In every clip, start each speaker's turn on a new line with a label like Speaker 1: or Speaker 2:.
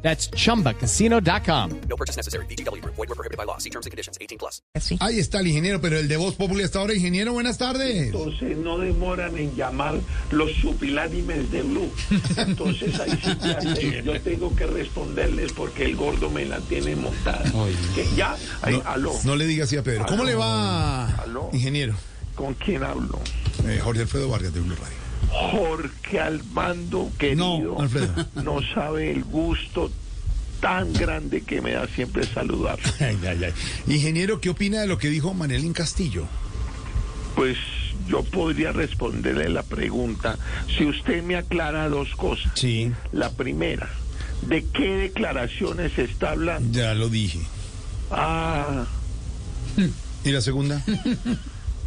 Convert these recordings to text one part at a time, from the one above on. Speaker 1: That's chumbacasino.com.
Speaker 2: No purchase necessary. BGW. Void were prohibited by law. See terms and conditions. 18 plus.
Speaker 3: Ahí está el ingeniero, pero el de Voz Populi hasta ahora, ingeniero, buenas tardes.
Speaker 4: entonces no demoran en llamar los supilánimes de Blue. Entonces ahí sí ya sé, yo tengo que responderles porque el gordo me la tiene montada. Que ya, ay, aló,
Speaker 3: No le Ah, diga así a Pedro. ¿Cómo le va,
Speaker 4: Aló.
Speaker 3: ingeniero?
Speaker 4: ¿con quién hablo?
Speaker 3: Eh, Jorge Alfredo Vargas de Blue Radio.
Speaker 4: Jorge Albando, querido,
Speaker 3: No, Alfredo.
Speaker 4: no sabe el gusto tan grande que me da siempre saludar.
Speaker 3: Ay, ay, ay. Ingeniero, ¿qué opina de lo que dijo Manelín Castillo?
Speaker 4: Pues yo podría responderle la pregunta si usted me aclara dos cosas.
Speaker 3: Sí.
Speaker 4: La primera, ¿de qué declaraciones se está hablando?
Speaker 3: Ya lo dije.
Speaker 4: Ah,
Speaker 3: ¿Y la segunda?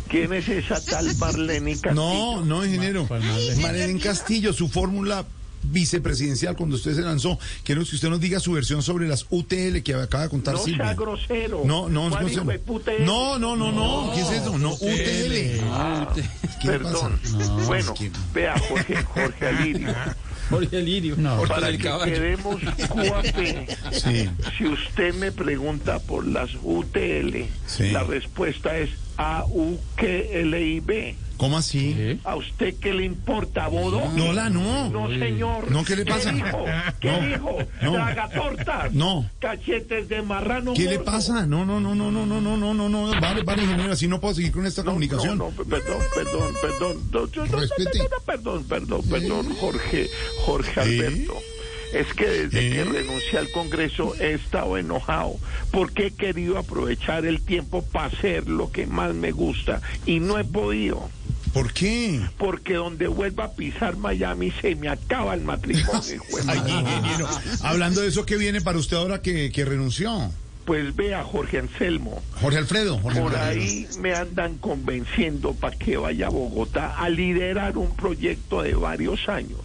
Speaker 4: ¿quién es esa tal Marlene Castillo?
Speaker 3: No, no, ingeniero. Manelín Castillo, su fórmula vicepresidencial cuando usted se lanzó. Quiero que usted nos diga su versión sobre las UTL que acaba de contar
Speaker 4: No sea
Speaker 3: Silvia.
Speaker 4: grosero.
Speaker 3: No, no,
Speaker 4: ¿Cuál
Speaker 3: no,
Speaker 4: hijo de puta eres?
Speaker 3: no, no, no, no, ¿qué es eso? No, UTL. ¿Qué le pasa?
Speaker 4: Perdón. bueno,
Speaker 3: es que-
Speaker 4: vea, Jorge, Jorge Alirio.
Speaker 5: Jorge Lirio. No,
Speaker 4: Para que quedemos cuate,
Speaker 3: Sí.
Speaker 4: si usted me pregunta por las UTL,
Speaker 3: Sí.
Speaker 4: la respuesta es A-U-Q-L-I-B.
Speaker 3: ¿Cómo así?
Speaker 4: ¿A ususted qué le importa, Bodo?
Speaker 3: No, la no.
Speaker 4: No, señor.
Speaker 3: No, ¿qué le pasa?
Speaker 4: dijo? ¿Qué
Speaker 3: No,
Speaker 4: dijo?
Speaker 3: no.
Speaker 4: ¿Tragatortas?
Speaker 3: No.
Speaker 4: ¿Cachetes de marrano?
Speaker 3: ¿Qué le
Speaker 4: gordo?
Speaker 3: pasa? No, no, no, no, no, no, no, no, no, no. Vale, vale, ingeniero, así no puedo seguir con esta
Speaker 4: No,
Speaker 3: comunicación.
Speaker 4: No, no, perdón, perdón, perdón. No, yo- no, no,
Speaker 3: Respete.
Speaker 4: no, no, perdón, perdón, perdón, Jorge, Jorge Alberto. Es que desde
Speaker 3: ¿Eh?
Speaker 4: que renuncié al Congreso he estado enojado porque he querido aprovechar el tiempo para hacer lo que más me gusta y no he podido
Speaker 3: ¿Por qué?
Speaker 4: porque donde vuelva a pisar Miami se me acaba el matrimonio. hijo de
Speaker 3: Ay,
Speaker 4: madre.
Speaker 3: ingeniero. Hablando de eso, ¿qué viene para usted ahora que, que renunció?
Speaker 4: Pues vea, Jorge Anselmo,
Speaker 3: Jorge Alfredo. Jorge
Speaker 4: Por
Speaker 3: Alfredo.
Speaker 4: ahí me andan convenciendo para que vaya a Bogotá a liderar un proyecto de varios años.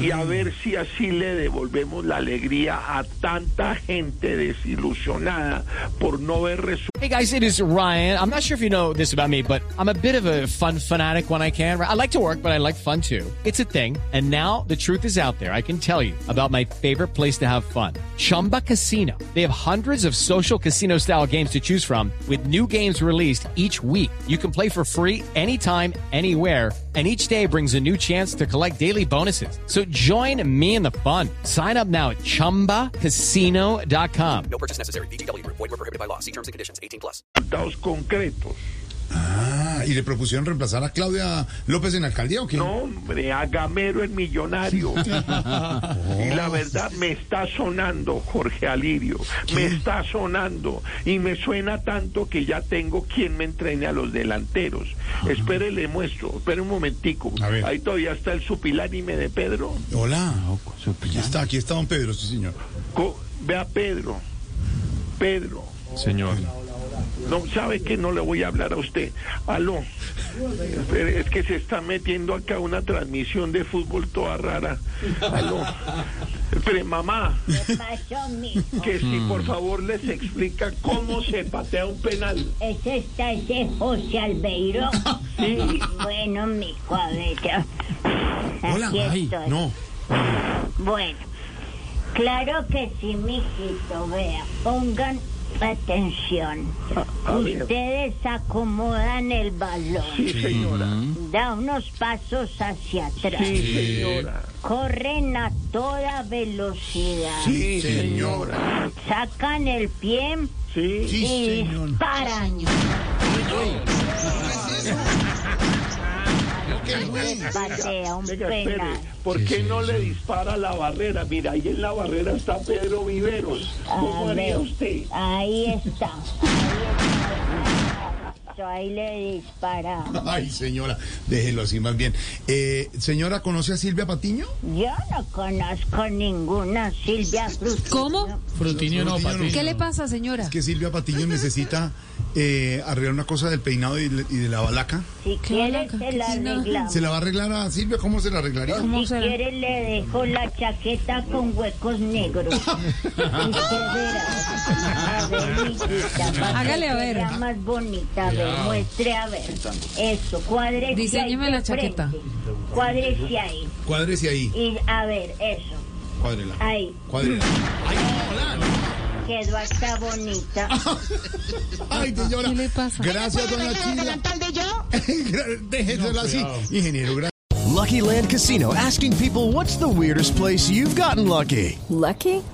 Speaker 4: Y a ver si así le devolvemos la alegría a tanta gente desilusionada por no ver resultados.
Speaker 1: Hey guys, it is Ryan. I'm not sure if you know this about me, but I'm a bit of a fun fanatic when I can. I like to work, but I like fun too. It's a thing. And now the truth is out there. I can tell you about my favorite place to have fun Chumba Casino. They have hundreds of social casino style games to choose from, with new games released each week. You can play for free anytime, anywhere. And each day brings a new chance to collect daily bonuses. So join me in the fun. Sign up now at chumbacasino.com.
Speaker 2: No purchase necessary. BGW. Void were prohibited by law. See terms and conditions. 18 plus.
Speaker 4: resultados concretos.
Speaker 3: Ah, ¿y le propusieron reemplazar a Claudia López en alcaldía o qué?
Speaker 4: No, hombre, a Gamero el millonario. Y la verdad me está sonando, Jorge Alirio, me está sonando. Y me suena tanto que ya tengo quien me entrene a los delanteros. Espere, le muestro, espere un momentico.
Speaker 3: A ver.
Speaker 4: Ahí todavía está el supilánime de Pedro.
Speaker 3: Hola. Aquí está, aquí está don Pedro, sí, señor.
Speaker 4: Co- Ve a Pedro. Pedro.
Speaker 5: señor.
Speaker 4: No, sabe que no le voy a hablar a usted. Aló. Espere, Es que se está metiendo acá una transmisión de fútbol toda rara. Aló. Espere, mamá,
Speaker 6: ¿Qué pasó, mijo?
Speaker 4: que si por favor les explica cómo se patea un penal.
Speaker 6: ¿Ese está ese José Albeiro?
Speaker 4: Sí.
Speaker 6: Bueno, mijo, a ver, ya.
Speaker 3: Hola.
Speaker 6: Aquí
Speaker 3: Ay,
Speaker 6: estoy.
Speaker 3: no.
Speaker 6: Bueno, claro que sí, mijito, vea, pongan atención.
Speaker 4: Ah, A ver.
Speaker 6: Ustedes acomodan el balón,
Speaker 4: Sí, señora.
Speaker 6: da unos pasos hacia atrás,
Speaker 4: Sí, señora.
Speaker 6: corren a toda velocidad,
Speaker 4: Sí, señora.
Speaker 6: sacan el pie
Speaker 4: Sí.
Speaker 3: Sí,
Speaker 6: y
Speaker 3: señor.
Speaker 6: disparan. Patea un
Speaker 4: Venga, espere.
Speaker 6: penal.
Speaker 4: ¿Por qué no le dispara a la barrera? Mira, ahí en la barrera está Pedro Viveros.
Speaker 6: A
Speaker 4: ¿Cómo haría
Speaker 6: ver,
Speaker 4: usted?
Speaker 6: Ahí está. Eso ahí le dispara.
Speaker 3: Ay, señora, déjelo así más bien. Eh, señora, ¿conoce a Silvia Patiño?
Speaker 6: Yo no conozco ninguna Silvia Cruz.
Speaker 7: ¿Cómo?
Speaker 5: Frutiño no,
Speaker 3: Frutiño no.
Speaker 5: Patiño.
Speaker 7: ¿Qué le pasa, señora?
Speaker 3: Que Silvia Patiño necesita eh, arreglar una cosa del peinado y, le- y de la balaca.
Speaker 6: Si
Speaker 7: Qué
Speaker 6: quieres
Speaker 7: loca,
Speaker 6: te
Speaker 7: qué
Speaker 6: la
Speaker 7: chingada.
Speaker 6: arreglamos.
Speaker 3: ¿Se la va a arreglar a Silvia? ¿Cómo se la arreglaría?
Speaker 7: ¿Cómo
Speaker 6: Si
Speaker 7: será?
Speaker 6: quieres le dejo la chaqueta con huecos negros. Usted verá. A ver, hijita, para
Speaker 7: Hágale a
Speaker 6: que
Speaker 7: ver.
Speaker 6: sea más bonita, a ver, muestre a ver. Eso, cuadrese
Speaker 7: Diseñeme
Speaker 6: ahí de
Speaker 7: la chaqueta.
Speaker 6: frente. Cuadrese ahí.
Speaker 3: Cuádrese ahí,
Speaker 6: Y a ver, eso.
Speaker 3: cuádrela.
Speaker 6: Ahí.
Speaker 3: Cuádrela.
Speaker 6: Quedó hasta bonita.
Speaker 3: Ay, señora.
Speaker 7: ¿Qué le pasa?
Speaker 3: Gracias, doña Chila. Déjeselo así. Ingeniero, gracias.
Speaker 8: Lucky Land Casino asking people what's the weirdest place you've gotten lucky?
Speaker 9: Lucky?